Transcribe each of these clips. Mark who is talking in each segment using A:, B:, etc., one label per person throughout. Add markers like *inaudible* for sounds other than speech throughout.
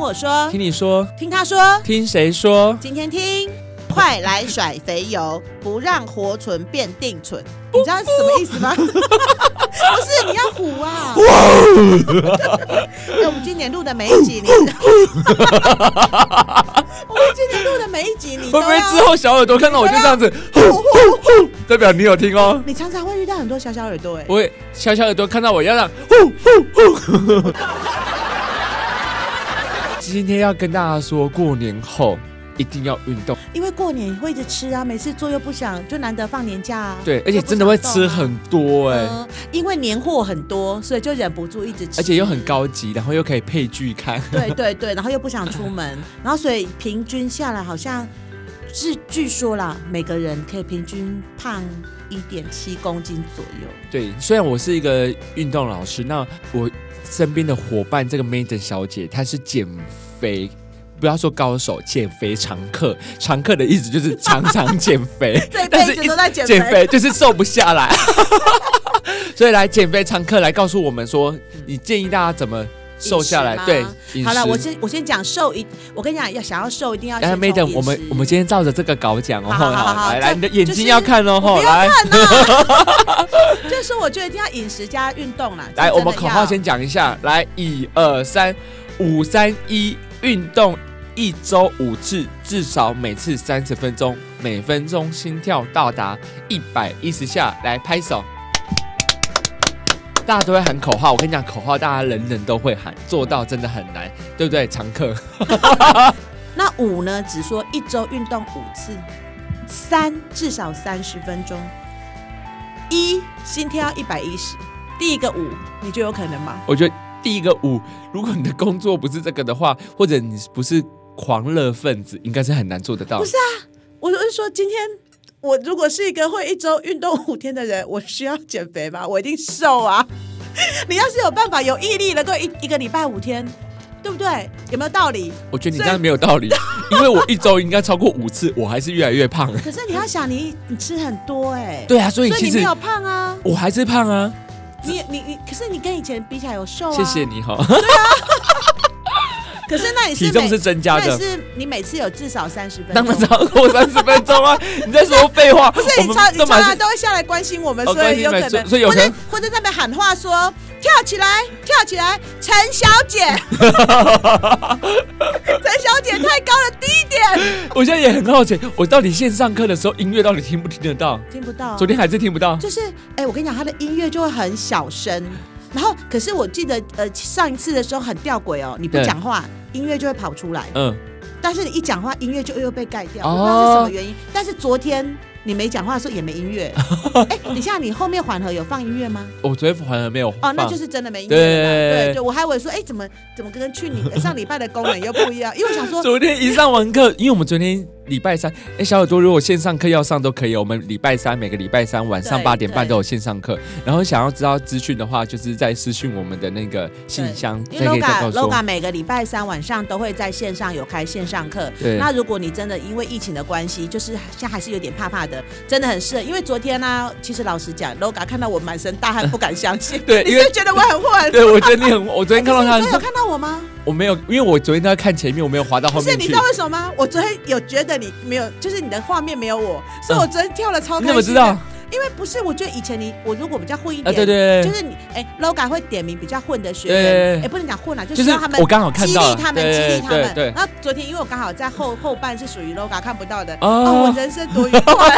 A: 我说，
B: 听你说，
A: 听他说，
B: 听谁说？
A: 今天听，快来甩肥油，不让活唇变定蠢。你知道是什么意思吗？不是，你要唬
B: *laughs*
A: 啊！哎，我们今年录的每一集，
B: *laughs*
A: 你我们今年录的每一集，你
B: 会
A: 都
B: 不会
A: 要
B: 之后小耳朵看到我就这样子，代表你有听哦。
A: 你常常会遇到很多小小耳朵哎、
B: 我会小小耳朵看到我要让，今天要跟大家说，过年后一定要运动，
A: 因为过年会一直吃啊，每次做又不想，就难得放年假啊。
B: 对，而且
A: 又不
B: 真的会
A: 想
B: 吃
A: 动啊
B: 很多哎、
A: 嗯因为年货很多，所以就忍不住一直吃，
B: 而且又很高级，然后又可以配剧看。
A: 对对对，然后又不想出门， *laughs* 然后所以平均下来好像是据说啦，每个人可以平均胖一点七公斤左右。，
B: 对，虽然我是一个运动老师，那我身边的伙伴这个 Maiden 小姐，她是减肥。不要说高手，减肥常客，常客的意思就是常常减肥
A: *laughs* 这一
B: 但是
A: 辈子
B: 一
A: 都在减肥
B: 减肥就是瘦不下来。 *laughs* 所以来减肥常客来告诉我们说，你建议大家怎么瘦下来？
A: 饮食吗
B: 对，饮食。
A: 好了，我先我先讲瘦一，我跟你讲，要想要瘦一定要
B: 哎
A: 先从饮食。
B: ，Maiden，我们我们今天照着这个稿讲哦，
A: 好好好好
B: 来来，
A: 这
B: 你的眼
A: 就是
B: 睛要看哦，
A: 我不要啊
B: 来
A: 就是我觉得一定要饮食加运动啦。
B: 来，
A: 这真
B: 我
A: 的
B: 们口号
A: 要
B: 先讲一下，来，一二三，五三一，运动一周五次，至少每次三十分钟，每分钟心跳到达一百一十下，来拍手。大家都会喊口号，我跟你讲，口号大家人人都会喊，做到真的很难，对不对？常客， *laughs*
A: 那五呢，只说一周运动五次，三至少三十分钟，一心跳一百一十，第一个五你就有可能吗？
B: 我觉得第一个五，如果你的工作不是这个的话，或者你不是狂热分子，应该是很难做得到。
A: 不是我就是说，今天我如果是一个会一周运动五天的人，我需要减肥吗？我一定瘦啊！ *laughs* 你要是有办法、有毅力，能够一一个礼拜五天，对不对？有没有道理？
B: 我觉得你
A: 所以
B: 这样没有道理，因为我一周应该超过五次，我还是越来越胖。
A: 可是你要想你，你吃很多哎、
B: 对啊，所以
A: 所以
B: 其
A: 你没
B: 实
A: 有胖啊，
B: 我还是胖啊。
A: 你你你，可是你跟以前比起来有瘦啊。
B: 谢谢。你哈，
A: 可是那你是
B: *laughs* 体重
A: 每
B: 是增加
A: 那也
B: 的，
A: 是你每次有至少三十分钟，
B: 当然超过三十分钟啊！你在说废话？不
A: 不是你常你
B: 都
A: 常
B: 满
A: 常都会下来关心我们，
B: 哦
A: 所以有可
B: 关心所以
A: 能，
B: 所以有
A: 或
B: 可
A: 者
B: 能
A: 或者在那边喊话说跳起来，跳起来，陈小
B: *laughs*
A: 姐，陈小姐太高了，低一点，
B: 我现在也很好奇，我到底线上课的时候音乐到底听不听得到？
A: 听不到啊
B: 昨天还是听不到。
A: 就是哎、我跟你讲，他的音乐就会很小声，然后可是我记得呃上一次的时候很吊诡哦，你不
B: 对
A: 讲话，音乐就会跑出来，
B: 嗯，
A: 但是你一讲话，音乐就又被盖掉，
B: 哦
A: 我不知道是什么原因。但是昨天你没讲话的时候也没音
B: *laughs*
A: 乐，哎、等一下你后面缓和有放音乐吗？
B: 我昨天好像没有
A: 哦，
B: 放。
A: 那就是真的没音乐了啦。
B: 对
A: 对对，我还以为说，哎、怎么怎么跟去年 *laughs* 上礼拜的功能又不一样？因为我想 *laughs*
B: *laughs*
A: 说，
B: 昨天一上完课，因为我们昨天礼拜三，哎、小耳朵如果线上课要上都可以哦，我们礼拜三每个礼拜三晚上
A: 对
B: 八点半
A: 对
B: 都有线上课。然后想要知道资讯的话，就是在私讯我们的那个信箱，
A: 因
B: 再
A: 为
B: 可以再告
A: LOGA
B: 诉我。
A: LOGA 每个礼拜三晚上都会在线上有开线上课。
B: 对
A: 那如果你真的因为疫情的关系，就是现在还是有点怕怕的，真的很适合。因为昨天呢、其实老实讲，LOGA 看到我满身大汗，不敢相信。
B: *laughs* 对
A: 你
B: 因
A: 是
B: 为
A: 不是觉得我很混？
B: *laughs* 对，我觉得你很，我昨天看到他
A: 你
B: 的
A: 昨
B: 时
A: 天有
B: 候，
A: 看到我吗？
B: 我没有，因为我昨天都在看前面，我没有滑到
A: 不
B: 后
A: 是，
B: 面
A: 你
B: 去
A: 知道。为什么吗？我昨天有觉得你没有，就是你的画面没有我，所以我昨天跳了超开心、
B: 嗯你怎么知道？？
A: 因为不是，我觉得以前你我如果比较混一
B: 啊，
A: 点，
B: 对对对，
A: 就是你哎、l o g a 会点名比较混的学
B: 对对
A: 员，
B: 对
A: 也、不能讲混啊，就
B: 就是是
A: 让他们
B: 我刚好看
A: 激
B: 到
A: 励
B: 了，
A: 他们，
B: 对
A: 激
B: 对
A: 励他们。
B: 对对
A: 那昨天因为我刚好在后后半是属于 LOGA 看不到的，
B: 哦
A: 哦，我人生多愉快。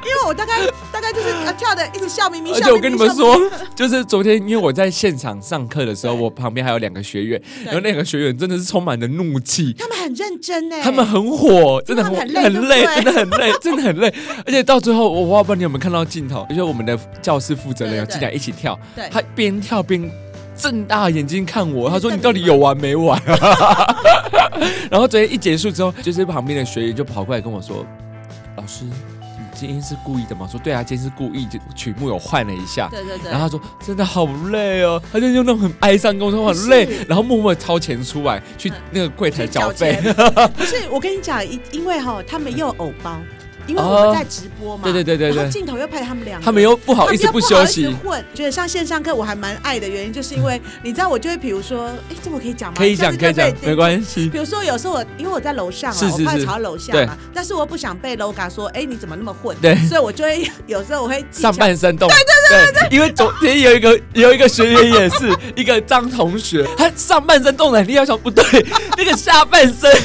A: 因为我大概大概就是呃跳的一直笑眯眯，
B: 而
A: 笑
B: 且我
A: 眯
B: 跟
A: 眯
B: 你们，
A: 笑
B: 说 *laughs*
A: 眯眯，
B: 就是昨天，因为我在现场上课的时候，我旁边还有两个学员，
A: 对
B: 然后那个学员真的是充满了怒气，
A: 他们很认真哎，
B: 他们很火，真的很
A: 他们很累
B: 很累真的很累， *laughs* 真的很累。而且到最后，我我不知道你有没有看到镜头，就是我们的教室负责人有
A: 对对对
B: 进来一起跳，
A: 对
B: 他边跳边睁大眼睛看我，
A: 你
B: 他说：“
A: 瞪
B: 你到底
A: 你
B: 有完没完？” *laughs* 然后昨天一结束之后，就是旁边的学员就跑过来跟我说：“老师，你今天是故意的吗？”说：“对啊，今天是故意，就曲目有换了一下。”
A: 对对对，
B: 然后他说：“真的好累哦。”他就用那种很哀伤跟我说：“我很累
A: 是。”
B: 然后默默地掏钱出来去
A: 嗯
B: 那个柜台
A: 去
B: 缴费。
A: 钱。不是，我跟你讲，因因为哈、他们又有偶包。因为我
B: 哦
A: 们在直播嘛，
B: 对对对对
A: 然后
B: 对，
A: 镜头又拍他们两个，
B: 他们又不好意思
A: 他们又不
B: 休
A: 好意思
B: 息，
A: 混，觉得上线上课我还蛮爱的原因，就是因为你知道，我就会比如说，哎，这我可以讲吗？
B: 可以讲可以讲，没
A: 系。
B: 关系。
A: 比如说有时候我因为我在楼上啊，
B: 是是
A: 我怕
B: 是
A: 吵到楼下
B: 对
A: 嘛，但是我不想被 LOGA 说，哎，你怎么那么混？
B: 对
A: 所以我就会有时候我会技巧
B: 上半身动，对对对对因为昨天有一个有一个学员也是 *laughs* 一个张同学，他上半身动的很厉害，我想不对， *laughs* 那个下半身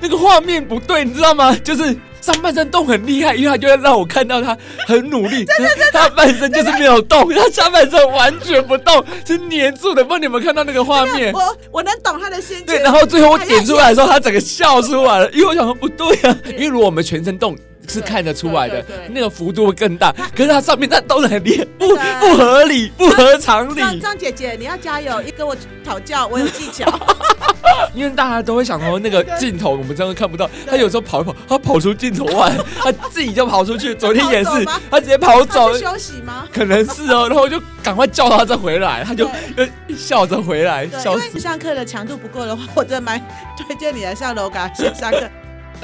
B: 那个画面不对，你知道吗？就是上半身动很厉害，因为他就会让我看到他很努力，他半身就是没有动，他下半身完全不动，是黏住的，不知道你有没有看到那个画
A: *laughs*
B: 面？
A: 我我能懂他的心情。
B: *laughs* 对，然后最后我点出来的时候，他整个笑出来了，因为我想说不对啊，因为如果我们全身动。是看得出来的
A: 对对，对
B: 那个幅度会更大。可是它上面它动的很厉害，不
A: 那个
B: 不合理，不合常
A: 张
B: 理。
A: 张姐姐，你要加油！一跟我讨教，我有技
B: *laughs*
A: 巧。
B: 因为大家都会想说那个
A: 对
B: 镜头我们真的看不到，他有时候跑一跑，他跑出镜头
A: *laughs*
B: 外，他自己就跑出去。昨天也
A: 跑走
B: 是
A: 吗，
B: 他直接跑走
A: 他去，休息吗？
B: 可能是哦。然后我就赶快叫他再回来，他就又笑着回来，
A: 对，
B: 笑
A: 因
B: 死
A: 为。你上课的强度不够的话，我真的蛮推荐你来上楼嘎线上
B: *laughs*
A: 课。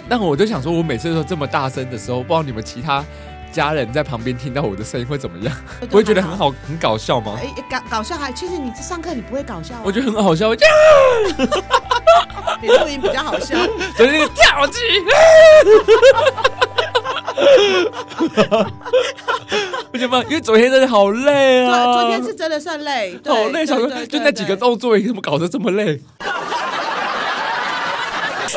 B: 但我就想说，我每次都这么大声的时候，不知道你们其他家人在旁边听到我的声音会怎么样？不会觉得很好、很搞笑吗？
A: 哎，搞搞笑还，其实你上课你不会搞笑啊，
B: 我觉得很好笑，我就
A: 你录音比较好
B: *laughs*
A: 笑。
B: 昨天那个跳机，我觉得因为昨天真的好累啊，
A: 对，昨天是真的算累，对
B: 好哦累，
A: 对
B: 想说
A: 对
B: 就
A: 对
B: 那几
A: 对
B: 个动作，你怎么搞得这么累？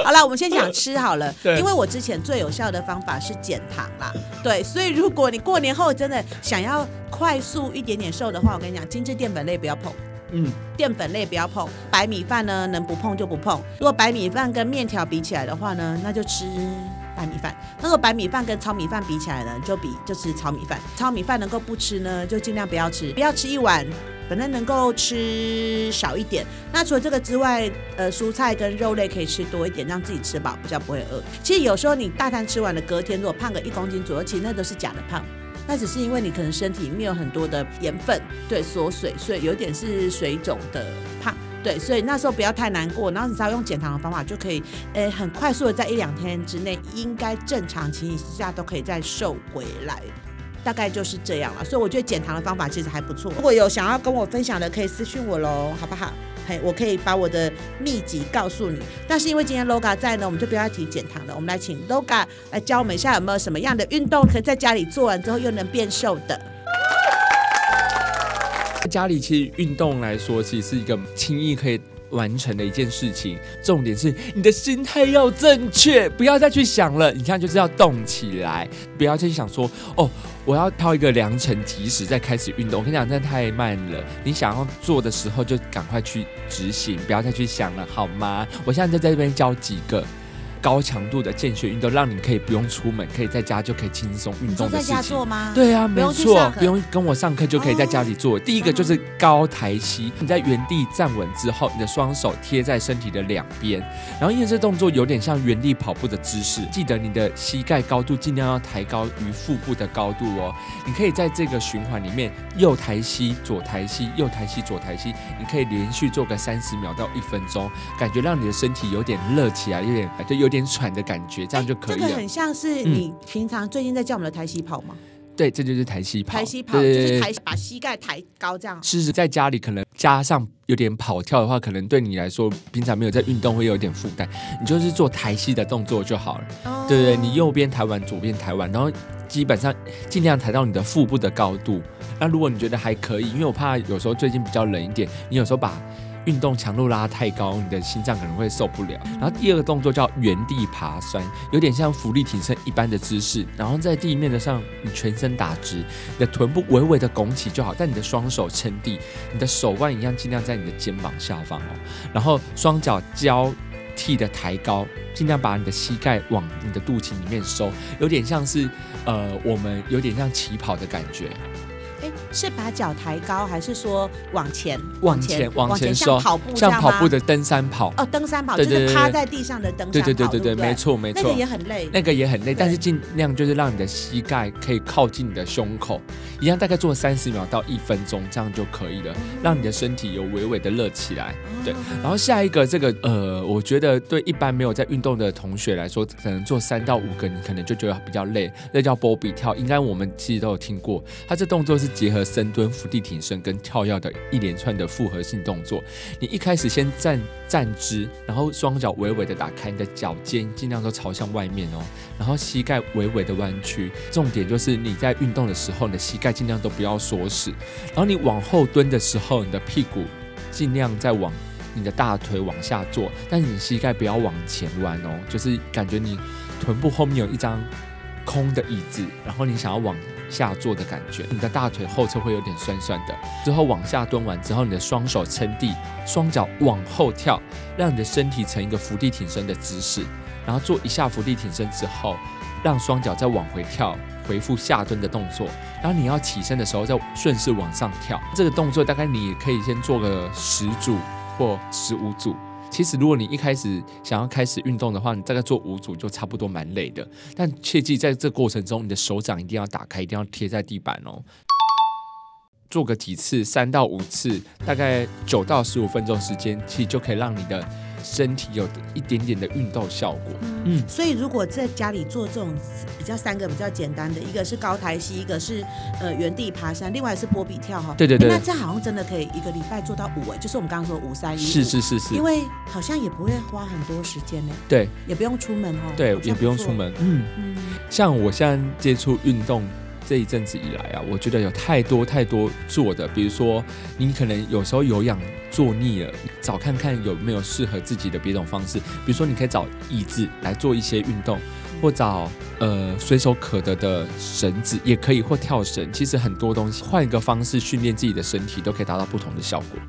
A: 好了，我们先讲吃好了，
B: *laughs* 对
A: 因为我之前最有效的方法是减糖啦，对，所以如果你过年后真的想要快速一点点瘦的话，我跟你讲，精致淀粉类不要碰。
B: 嗯，
A: 淀粉类不要碰，白米饭呢能不碰就不碰。如果白米饭跟面条比起来的话呢，那就吃白米饭；那个白米饭跟糙米饭比起来呢，就比就吃糙米饭。糙米饭能够不吃呢，就尽量不要吃，不要吃一碗。本来能够吃少一点，那除了这个之外，呃，蔬菜跟肉类可以吃多一点，让自己吃饱，比较不会饿。其实有时候你大餐吃完了，隔天如果胖个一公斤左右，其实那都是假的胖。那只是因为你可能身体里面有很多的盐分，对，锁水，所以有点是水肿的胖，对，所以那时候不要太难过，然后你只要用减糖的方法就可以，呃，很快速的在一两天之内，应该正常情形下都可以再瘦回来。大概就是这样了，所以我觉得减糖的方法其实还不错。如果有想要跟我分享的，可以私信我喽，好不好？嘿，我可以把我的秘籍告诉你。但是因为今天 LOGA 在呢，我们就不要提减糖了，我们来请 LOGA 来教我们一下有没有什么样的运动可以在家里做完之后又能变瘦的。
B: 在家里其实运动来说，其实是一个轻易可以。完成的一件事情，重点是你的心态要正确，不要再去想了。你现在就是要动起来，不要再去想说哦，我要挑一个良辰吉时再开始运动。我跟你讲，真的太慢了。你想要做的时候就赶快去执行，不要再去想了，好吗？我现在就在这边教几个高强度的健学运动，让你可以不用出门，可以在家就可以轻松运
A: 都
B: 动的
A: 在
B: 事
A: 家
B: 情。
A: 做吗？，
B: 对啊，
A: 不
B: 没
A: 用去
B: 错
A: 上，课
B: 不用跟我上课就可以在家里做。第一个就是高抬膝，你在原地站稳之后，你的双手贴在身体的两边，然后因为这动作有点像原地跑步的姿势，记得你的膝盖高度尽量要抬高于腹部的高度哦。你可以在这个循环里面右抬膝、左抬膝、右抬膝、左抬膝，你可以连续做个三十秒到一分钟，感觉让你的身体有点热起来，有点就有点喘的感觉，这样就可以
A: 这个
B: 了
A: 很。像是你
B: 嗯
A: 平常最近在教我们的抬膝跑吗？
B: 对，这就是抬膝跑，
A: 抬膝跑就
B: 对对
A: 是
B: 对
A: 抬把膝盖抬高这样。
B: 其实在家里可能加上有点跑跳的话，可能对你来说平常没有在运动会有点负担，你就是做抬膝的动作就好了。
A: 哦
B: 对对，你右边抬完，左边抬完，然后基本上尽量抬到你的腹部的高度。那如果你觉得还可以，因为我怕有时候最近比较冷一点，你有时候把运动强度拉太高，你的心脏可能会受不了。然后第二个动作叫原地爬山，有点像浮力挺身一般的姿势，然后在地面的上，你全身打直，你的臀部微微的拱起就好，但你的双手撑地，你的手腕一样尽量在你的肩膀下方哦，然后双脚交替的抬高，尽量把你的膝盖往你的肚脐里面收，有点像是呃，我们有点像起跑的感觉。
A: 哎，是把脚抬高，还是说往前
B: 往
A: 前
B: 前
A: 往
B: 前
A: 像
B: 收，
A: 跑步这
B: 像
A: 样
B: 跑
A: 吗
B: 步的登山跑，
A: 哦，登山跑
B: 对对
A: 就
B: 对
A: 是
B: 对
A: 趴
B: 对
A: 在地上的登
B: 对
A: 山跑，
B: 对对对
A: 对
B: 对，
A: 不
B: 没，错没
A: 那个
B: 错
A: 也。很累。
B: 那个也很累，但是
A: 对
B: 尽量就是让你的膝盖可以靠近你的胸口，一样大概做三十秒到一分钟，这样就可
A: 嗯
B: 以了，让你的身体有微微的热起来。对
A: 哦，
B: 然后下一个这个呃，我觉得对一般没有在运动的同学来说，可能做三到五个，你可能就觉得比较累。那叫波比跳，应该我们其实都有听过。它这动作是结合深蹲、伏地挺身跟跳跃的一连串的复合性动作。你一开始先站站姿，然后双脚微微的打开，你的脚尖尽量都朝向外面哦，然后膝盖微微的弯曲。重点就是你在运动的时候，你的膝盖尽量都不要锁死，然后你往后蹲的时候，你的屁股尽量再往你的大腿往下坐，但是你膝盖不要往前弯哦，就是感觉你臀部后面有一张空的椅子，然后你想要往下坐的感觉，你的大腿后侧会有点酸酸的。之后往下蹲完之后，你的双手撑地，双脚往后跳，让你的身体呈一个伏地挺身的姿势，然后做一下伏地挺身之后，让双脚再往回跳。回复下蹲的动作，然后你要起身的时候再顺势往上跳。这个动作大概你也可以先做个十组或十五组。其实，如果你一开始想要开始运动的话，你大概做五组就差不多蛮累的。但切记，在这过程中，你的手掌一定要打开，一定要贴在地板哦。做个几次，三到五次，大概九到十五分钟时间，其实就可以让你的身体有一点点的运动效果。嗯，
A: 所以如果在家里做这种比较三个比较简单的，一个是高台溪，一个是呃原地爬山，另外是波比跳哈。
B: 对对对
A: 诶那这好像真的可以一个礼拜做到五哎，就是我们刚刚说五三一。
B: 是。是是
A: 因
B: 是，
A: 为好像也不会花很多时间呢，
B: 对
A: 也不用出门哦。
B: 对
A: 好，像
B: 也不用
A: 错
B: 出。门。嗯。
A: 嗯，
B: 像我现在接触运动这一阵子以来啊，我觉得有太多太多做的，比如说你可能有时候有氧做腻了，找看看有没有适合自己的别种方式，比如说你可以找椅子来做一些运动，或找呃随手可得的绳子也可以，或跳绳。其实很多东西换一个方式训练自己的身体，都可以达到不同的效果。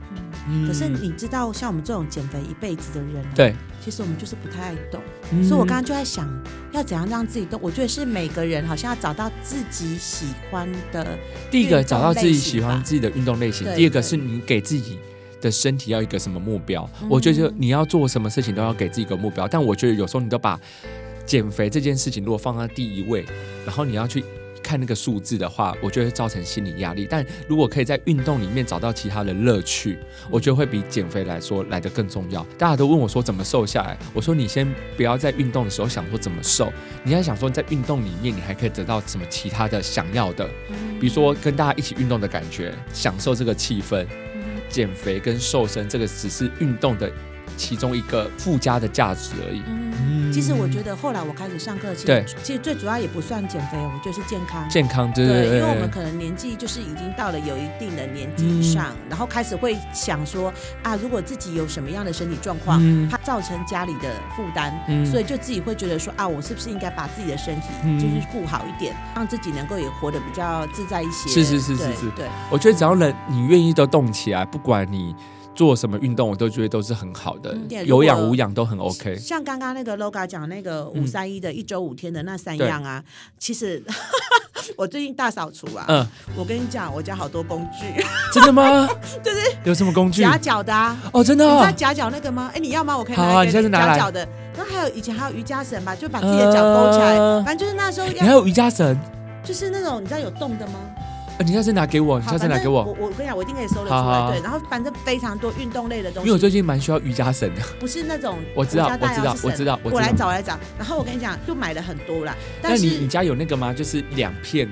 B: 嗯
A: 可是你知道，像我们这种减肥一辈子的人、啊，，
B: 对，
A: 其实我们就是不太爱动。
B: 嗯
A: 所以我刚刚就在想，要怎样让自己动？我觉得是每个人好像要找到自己喜欢的，
B: 第一个找到
A: 运动类
B: 自己
A: 型
B: 喜欢
A: 吧
B: 自己的运动类型
A: 对，
B: 第二个
A: 对
B: 是你给自己的身体要一个什么目标。
A: 嗯
B: 我觉得你要做什么事情都要给自己一个目标，但我觉得有时候你都把减肥这件事情如果放在第一位，然后你要去。看那个数字的话，我觉得会造成心理压力。但如果可以在运动里面找到其他的乐
A: 嗯
B: 趣，我觉得会比减肥来说来得更重要。大家都问我说怎么瘦下来，我说你先不要在运动的时候想说怎么瘦，你要想说在运动里面你还可以得到什么其他的想要的，
A: 嗯
B: 比如说跟大家一起运动的感觉，享受这个气氛。
A: 嗯
B: 减肥跟瘦身这个只是运动的其中一个附加的价值而已。
A: 嗯，
B: 嗯
A: 其实我觉得后来我开始上课，其实
B: 对
A: 其实最主要也不算减肥，我觉得是健康。
B: 健康，对
A: 因
B: 对
A: 为我
B: 对
A: 们可能年纪就是已经到了有一定的年纪上，
B: 嗯
A: 然后开始会想说啊，如果自己有什么样的身体状况，
B: 嗯
A: 它造成家里的负担，
B: 嗯
A: 所以就自己会觉得说啊，我是不是应该把自己的身体
B: 嗯
A: 就是顾好一点，让自己能够也活得比较自在一些。
B: 是是是是
A: 对
B: 是
A: 对。
B: 我觉得只要人你愿意都动起来，不管你做什么运动，我都觉得都是很好的
A: 嗯对，
B: 有氧
A: 如果
B: 无氧都很 OK。
A: 像刚刚那个 LOGA 讲那个五
B: 嗯
A: 三一的一周五天的那三
B: 对
A: 样啊，其实 *laughs* 我最近大扫除啊，
B: 嗯，
A: 我跟你讲，我家好多工具，
B: 真
A: *laughs*
B: 的吗？就是有什么工具？
A: 夹脚的啊。
B: 哦，真的
A: 你知道
B: 哦，
A: 夹脚那个吗？哎，你要吗？我可以
B: 好
A: 拿
B: 啊
A: 一个
B: 你下次拿
A: 夹
B: 来
A: 脚的。然后还有以前还有瑜伽绳吧，就把自己的脚勾起来。
B: 呃
A: 反正就是那时候
B: 你还
A: 要，
B: 有瑜伽绳，
A: 就是那种你知道有动的吗？
B: 呃你下次拿给我，你
A: 好
B: 下次
A: 反
B: 拿
A: 正
B: 给我
A: 我，我跟你讲，我一定可以搜得出
B: 好好
A: 来。
B: 好
A: 对，然后反正非常多运动类的东
B: 因为我
A: 西，
B: 最近蛮需要瑜伽绳的。
A: 不是那种
B: 我知道
A: 国家大
B: 我知道
A: 钥匙
B: 我知道
A: 绳
B: 我知
A: 我
B: 道
A: 来找我来找。然后我跟你讲，就买了很多啦，
B: 那
A: 但
B: 你
A: 是
B: 你家有那个吗？就是两片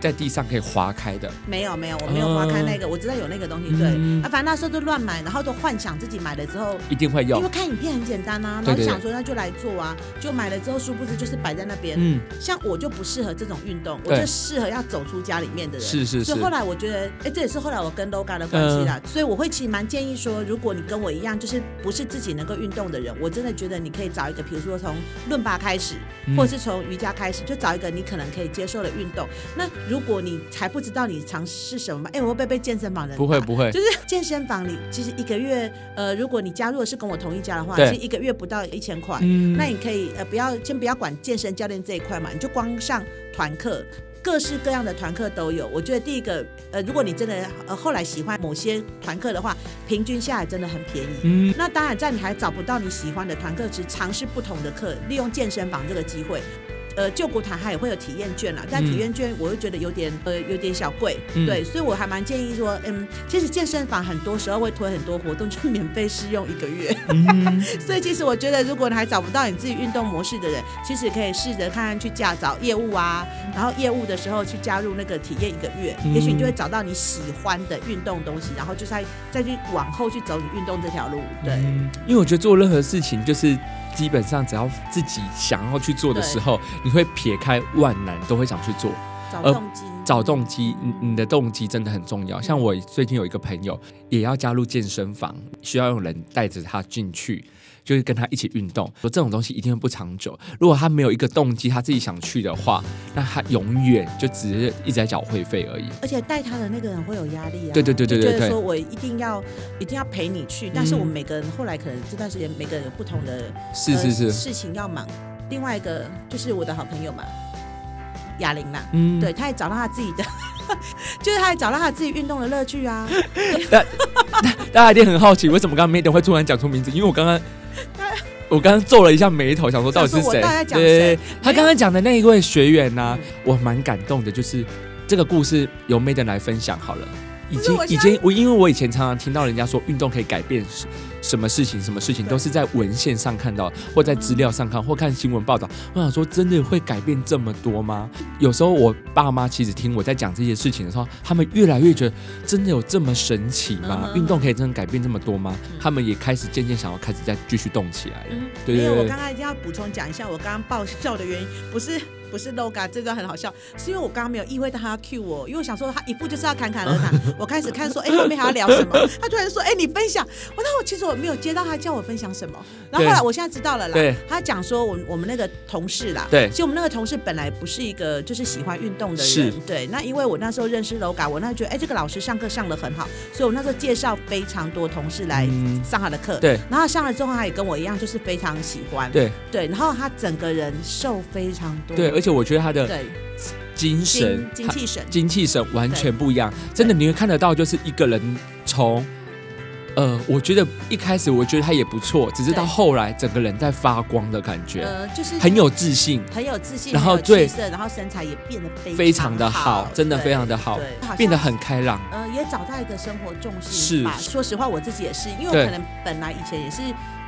B: 在地上可以划开的，
A: 没有没有，我没有花开那个，我知道有那个东西，对，
B: 哦嗯
A: 啊，反正那时候就乱买，然后都幻想自己买了之后，
B: 一定会
A: 因
B: 用
A: 为。看影片很简单啊，然后
B: 对
A: 就
B: 对对
A: 想说那就来做啊，就买了之后，殊不知就是摆在那边。
B: 嗯，
A: 像我就不适合这种运动，我
B: 对
A: 就适合要走出家里面的人。
B: 是是是嗯
A: 所以。后来我觉得，哎、这也是后来我跟 LOGA 的关系啦，所以我会其实蛮建议说，如果你跟我一样，就是不是自己能够运动的人，我真的觉得你可以找一个，比如说从论吧开始，
B: 嗯
A: 或者是从瑜伽开始，就找一个你可能可以接受的运动。那如果你还不知道你尝试什么，哎，我会不会被健身房的人
B: 不会
A: 打
B: 不会，
A: 就是健身房里，其实一个月，呃，如果你加入的是跟我同一家的话，其
B: 对
A: 实一个月不到一千块。
B: 嗯
A: 那你可以呃不要先不要管健身教练这一块嘛，你就光上团课，各式各样的团课都有。我觉得第一个，呃，如果你真的呃后来喜欢某些团课的话，平均下来真的很便宜。
B: 嗯，
A: 那当然，在你还找不到你喜欢的团课时，尝试不同的课，利用健身房这个机会。呃，救国团它也会有体验券啦，但
B: 嗯
A: 体验券我又觉得有点呃有点小贵，
B: 嗯
A: 对，所以我还蛮建议说，嗯，其实健身房很多时候会推很多活动，就免费试用一个月， *laughs*
B: 嗯，
A: 所以其实我觉得，如果你还找不到你自己运动模式的人，其实可以试着看看去驾找业务啊，然后业务的时候去加入那个体验一个月，
B: 嗯
A: 也许你就会找到你喜欢的运动东西，然后就再再去往后去走你运动这条路。对，
B: 嗯因为我觉得做任何事情就是。基本上，只要自己想要去做的时候，你会撇开万难，都会想去做。
A: 找
B: 呃
A: 动机，
B: 找动机，你你的动机真的很重要。像我最近有一个朋友也要加入健身房，需要有人带着他进去，就是跟他一起运动。说这种东西一定会不长久。如果他没有一个动机，他自己想去的话，那他永远就只是一直在缴会费而已。
A: 而且带他的那个人会有压力啊。
B: 对对对对
A: 就觉
B: 对嗯
A: 得说
B: 对，
A: 我一定要一定要陪你去，但是我们每个人后来可能这段时间每个人有不同的
B: 是
A: 呃
B: 是是，
A: 事情要忙。另外一个就是我的好朋友嘛，哑铃啦。
B: 嗯，
A: 对，他也找到他自己的， *laughs* 就是他也找到他自己运动的乐趣啊。
B: 大家一定很好奇，为什么刚刚 Madam 会突然讲出名字？因为我
A: *laughs*
B: 刚刚
A: 他，
B: 我刚刚皱了一下眉头，想说到底是
A: 想说
B: 谁？
A: 我到底在讲
B: 对
A: 谁，
B: 他刚刚讲的那一位学员呢、
A: 嗯
B: 我蛮感动的，就是这个故事由 Madam 来分享好了。已
A: 是
B: 经
A: 我
B: 已
A: 现在
B: 经，我因为我以前常常听到人家说运动可以改变什什么事情，什么事情
A: 对
B: 都是在文献上看到，或在资料上看，或看新闻报道。我想说，真的会改变这么多吗？有时候我爸妈其实听我在讲这些事情的时候，他们越来越觉得真的有这么神奇吗
A: 嗯？哼
B: 运动可以真的改变这么多吗？
A: 嗯
B: 他们也开始渐渐想要开始再继续动起来了。对
A: 因为
B: 对对
A: 我刚刚一定要补充讲一下，我刚刚爆笑的原因不是不是 LOGA 这段很好笑，是因为我刚刚没有意会到他要 cue 我，因为我想说他一步就是要侃侃而
B: *laughs*
A: 谈，我开始看说哎、后面还要聊什么，他突然说哎、你分享，我那我其实我没有接到他叫我分享什么，然后后来我现在知道了啦
B: 对，
A: 他讲说我们我们那个同事啦，
B: 对
A: 其实我们那个同事本来不是一个就是喜欢运动的
B: 是
A: 人，对，那因为我那时候认识 LOGA，我那时候觉得哎、这个老师上课上的很好，所以我那时候介绍非常多同事来
B: 嗯
A: 上他的课，
B: 对
A: 然后上了之后，他也跟我一样，就是非常喜欢，
B: 对
A: 对，然后他整个人瘦非常多，
B: 对，而且我觉得他的
A: 嗯对，
B: 精神
A: 精、精
B: 他
A: 气神，
B: 精气神完全不一样，真的你会看得到，就是一个人从。呃，我觉得一开始我觉得他也不错，只是到
A: 对
B: 后来整个人在发光的感觉，
A: 呃，就是
B: 很有自信，
A: 很有自信，
B: 然后
A: 很有
B: 最
A: 气色，然后身材也变得非
B: 非常的
A: 嗯好
B: 好，，真的
A: 对
B: 非常的好，
A: 对，好像
B: 变得很开朗。
A: 呃，也找到一个生活重心
B: 是
A: 吧。说实话，我自己也是，因为
B: 对
A: 我可能本来以前也是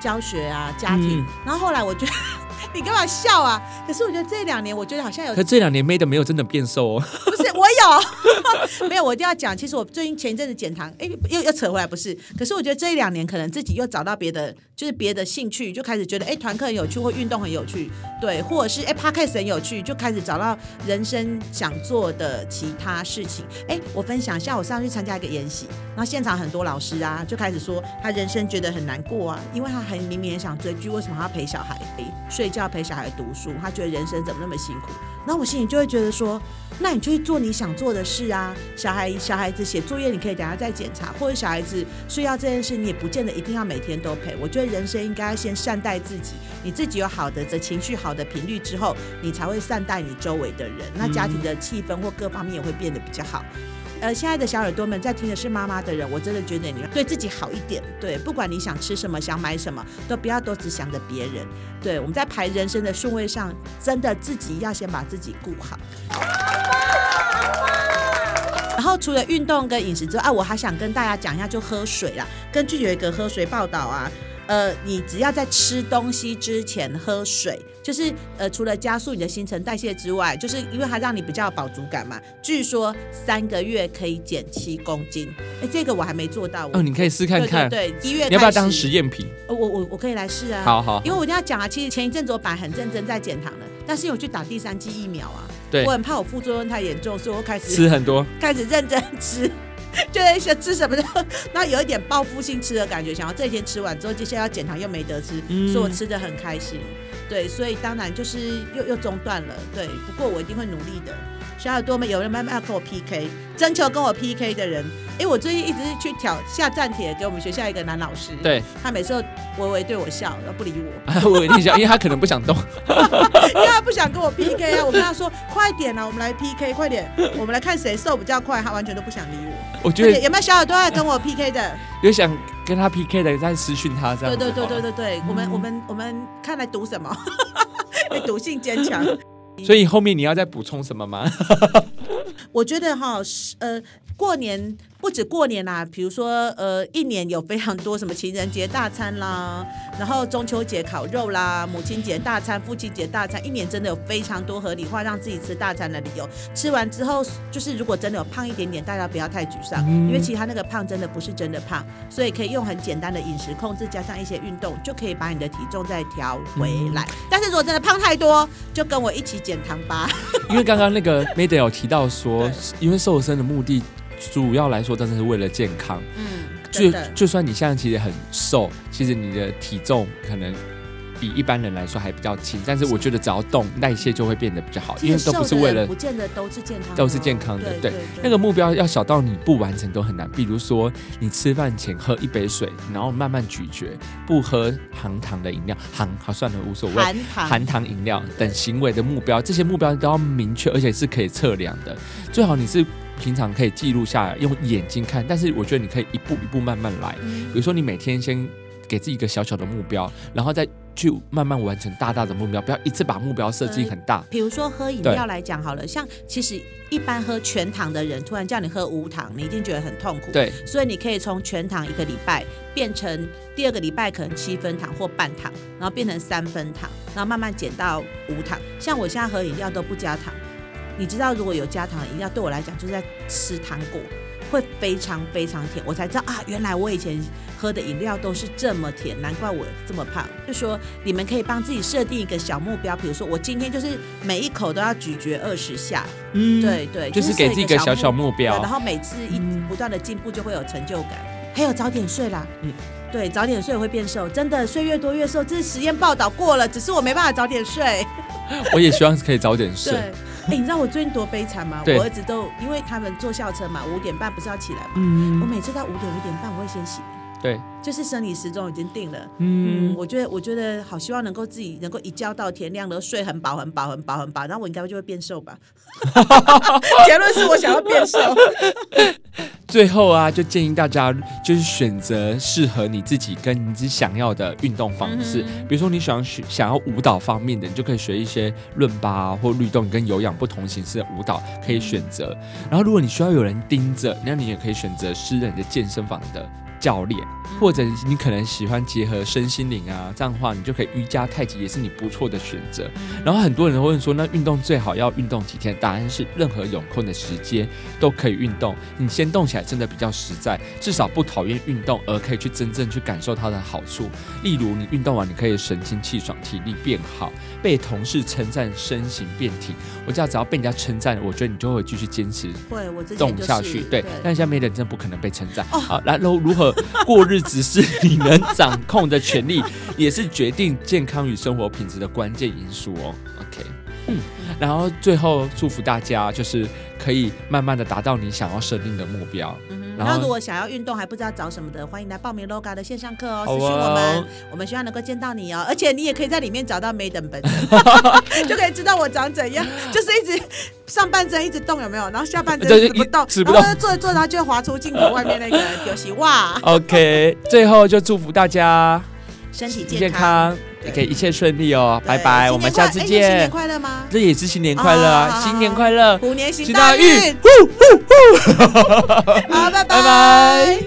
A: 教学啊、家庭，
B: 嗯
A: 然后后来我觉得 *laughs* 你干嘛笑啊？可是我觉得这两年，我觉得好像有
B: 可这两年 Made 没有真的变瘦
A: *laughs*
B: 哦，
A: 不是我有， *laughs* 没有，我一定要讲。其实我最近前一阵子减糖，哎、又又扯回来，不是。可是我觉得这一两年可能自己又找到别的，就是别的兴趣，就开始觉得哎，诶团、课很有趣，或运动很有趣，对，或者是哎、p o d c a s t 很有趣，就开始找到人生想做的其他事情。哎、我分享一下，我上次去参加一个研习，然后现场很多老师啊，就开始说他人生觉得很难过啊，因为他很明明也想追剧，为什么他要陪小孩、睡觉、陪小孩读书？他觉得人生怎么那么辛苦？然后我心里就会觉得说，那你就去做你想做的事啊。小孩小孩子写作业，你可以等下再检查，或者小孩子睡觉这件事，你也不见得一定要每天都陪。我觉得人生应该先善待自己，你自己有好的的情绪、好的频率之后，你才会善待你周围的人，那家庭的气氛或各方面也会变得比较好。呃，亲爱的小耳朵们，在听的是妈妈的人，我真的觉得你要对自己好一点。对，不管你想吃什么、想买什么，都不要都只想着别人。对，我们在排人生的顺位上，真的自己要先把自己顾好。然后除了运动跟饮食之外，啊，我还想跟大家讲一下，就喝水啦。根据有一个喝水报道啊，呃，你只要在吃东西之前喝水，就是呃，除了加速你的新陈代谢之外，就是因为它让你比较有饱足感嘛。据说三个月可以减七公斤，哎，这个我还没做到。我
B: 哦，你可以试看看，
A: 对对对，一月
B: 你要不要
A: 开始
B: 当实验品？
A: 呃我我我可以来试啊。
B: 好好，
A: 因为我一定要讲啊，其实前一阵子我本来很认真在减糖的，但是因为我去打第三剂疫苗啊，
B: 对
A: 我很怕我副作用太严重，所以我开始
B: 吃很多，
A: 开始认真吃， *laughs* 就是想吃什么的，那有一点报复性吃的感觉，想要这一天吃完之后，接下来要减糖又没得吃，
B: 嗯
A: 所以我吃的很开心。对，所以当然就是又又中断了。对，不过我一定会努力的。小耳朵们有人慢慢要跟我 PK，征求跟我 PK 的人，哎，我最近一直去挑下站帖给我们学校一个男老师，
B: 对，
A: 他每次都微微对我笑，然后不理我，
B: *laughs* 我一定想，因为他可能不
A: *laughs*
B: 想动。
A: 因为他不想跟我 PK 啊。我跟他说快点啊，我们来 PK，快点，我们来看谁瘦比较快。他完全都不想理我。
B: 我觉
A: 快点
B: 得
A: 有没有小耳朵要跟我 PK 的？
B: 有想跟他 PK 的，但私讯他这
A: 对
B: 样。
A: 对对对对
B: 对。
A: 对，我们我们我们看来赌什么？赌性坚强。
B: 所以后面你要再补充什
A: *laughs*
B: 么吗？
A: 我觉得哈，是呃，过年不止过年啦，比如说呃，一年有非常多什么情人节大餐啦，然后中秋节烤肉啦，母亲节大餐、父亲节大餐，一年真的有非常多合理化让自己吃大餐的理由。吃完之后，就是如果真的有胖一点点，大家不要太沮丧，
B: 嗯
A: 因为其他那个胖真的不是真的胖，所以可以用很简单的饮食控制，加上一些运动，就可以把你的体重再调回来。
B: 嗯
A: 但是如果真的胖太多，就跟我一起减糖吧。
B: 因为刚刚那个 Made 有提到说
A: 对，
B: 因为瘦身的目的主要来说真的是为了健康。
A: 嗯，
B: 就
A: 真的。
B: 就算你现在其实很瘦，其实你的体重可能比一般人来说还比较轻，但是我觉得只要动，代谢就会变得比较好，因为都不是为了
A: 不见得都是健康的哦，
B: 都是健康的对
A: 对
B: 那个目标要小到你不完成都很难，比如说你吃饭前喝一杯水，然后慢慢咀嚼，不喝含糖的饮料，含好算了无所谓，
A: 含糖
B: 含糖饮料等行为的目标，这些目标都要明确，而且是可以测量的。最好你是平常可以记录下来，用眼睛看，但是我觉得你可以一步一步慢慢来。比如说你每天先给自己一个小小的目标，然后再去慢慢完成大大的目标，不要一次把目标设计很大。
A: 比如说喝饮料来讲好了，像其实一般喝全糖的人，突然叫你喝无糖，你一定觉得很痛苦。，
B: 对，
A: 所以你可以从全糖一个礼拜变成第二个礼拜可能七分糖或半糖，然后变成三分糖，然后慢慢减到无糖。像我现在喝饮料都不加糖，你知道如果有加糖的饮料，对我来讲就是在吃糖果。会非常非常甜，我才知道啊，原来我以前喝的饮料都是这么甜，难怪我这么胖。就说你们可以帮自己设定一个小目标，比如说我今天就是每一口都要咀嚼二十下，
B: 嗯，
A: 对对，
B: 就是给自己一个小小目
A: 对
B: 标。
A: 然后每次一
B: 嗯
A: 不断的进步就会有成就感。还有早点睡啦，
B: 嗯
A: 嗯，对，早点睡会变瘦，真的睡越多越瘦，这是实验报道过了，只是我没办法早点睡。
B: 我也希望可以早点
A: 对，
B: 睡。
A: 哎、你知道我最近多悲惨吗？
B: 对
A: 我儿子都因为他们坐校车嘛，五点半不是要起来嘛，我
B: 嗯，
A: 每次到五点五点半我会先醒，
B: 对，
A: 就是生理时钟已经定了。嗯，
B: 嗯，
A: 我觉得我觉得好希望能够自己能够一觉到天亮，然后睡很饱很饱很饱很饱，然后我应该就会变瘦
B: *laughs*
A: 吧。结论是我想要变瘦。
B: 最后啊，就建议大家就是选择适合你自己跟你自己想要的运动方式。
A: 嗯哼
B: 比如说你想学想要舞蹈方面的，你就可以学一些伦巴、啊、或律动跟有氧不同形式的舞蹈可以选择。然后如果你需要有人盯着，那你也可以选择私人的健身房的。教练，或者你可能喜欢结合身心灵啊，这样的话你就可以瑜伽、太极也是你不错的选择。然后很多人会问说，那运动最好要运动几天？答案是任何有空的时间都可以运动。你先动起来真的比较实在，至少不讨厌运动，而可以去真正去感受它的好处。例如，你运动完你可以神清气爽，体力变好，被同事称赞身形变挺。我知道只要被人家称赞，我觉得你就会继续坚持
A: 会，我之前
B: 动
A: 就是
B: 下去。对，但现在没人真的不可能被称赞。
A: 哦
B: 好，然后如何过日子是你能掌控的
A: *laughs*
B: 权利，也是决定健康与生活品质的关键因素哦。OK。嗯，然后最后祝福大家，就是可以慢慢的达到你想要设定的目标。
A: 嗯
B: 然
A: 然
B: 后
A: 后如果想要运动还不知道找什么的，欢迎来报名 LOGA 的线上课哦，
B: 好
A: 私
B: 哦
A: 讯我们，我们希望能够见到你哦，而且你也可以在里面找到 Maiden
B: *laughs*
A: 本人，就可以知道我长怎样，就是一直上半身一直动有没有，然后下半身
B: 对
A: 一直不动，
B: 一直不动
A: 然后就坐着坐着它就会滑出镜头外面那个游戏哇，
B: OK，最后就祝福大家
A: 身体
B: 健
A: 健康，
B: 康，也
A: 对
B: 可以一切顺利哦，
A: 对
B: *laughs* 拜拜，我们下次
A: 新年快哎那新年
B: 见。
A: 快乐
B: *laughs*
A: 吗？
B: 这也是新年快乐
A: 哦好
B: 啊，
A: 好好
B: 新年快乐，
A: 虎年行
B: 行大
A: 大
B: 运
A: *laughs* 运，好，拜
B: 拜拜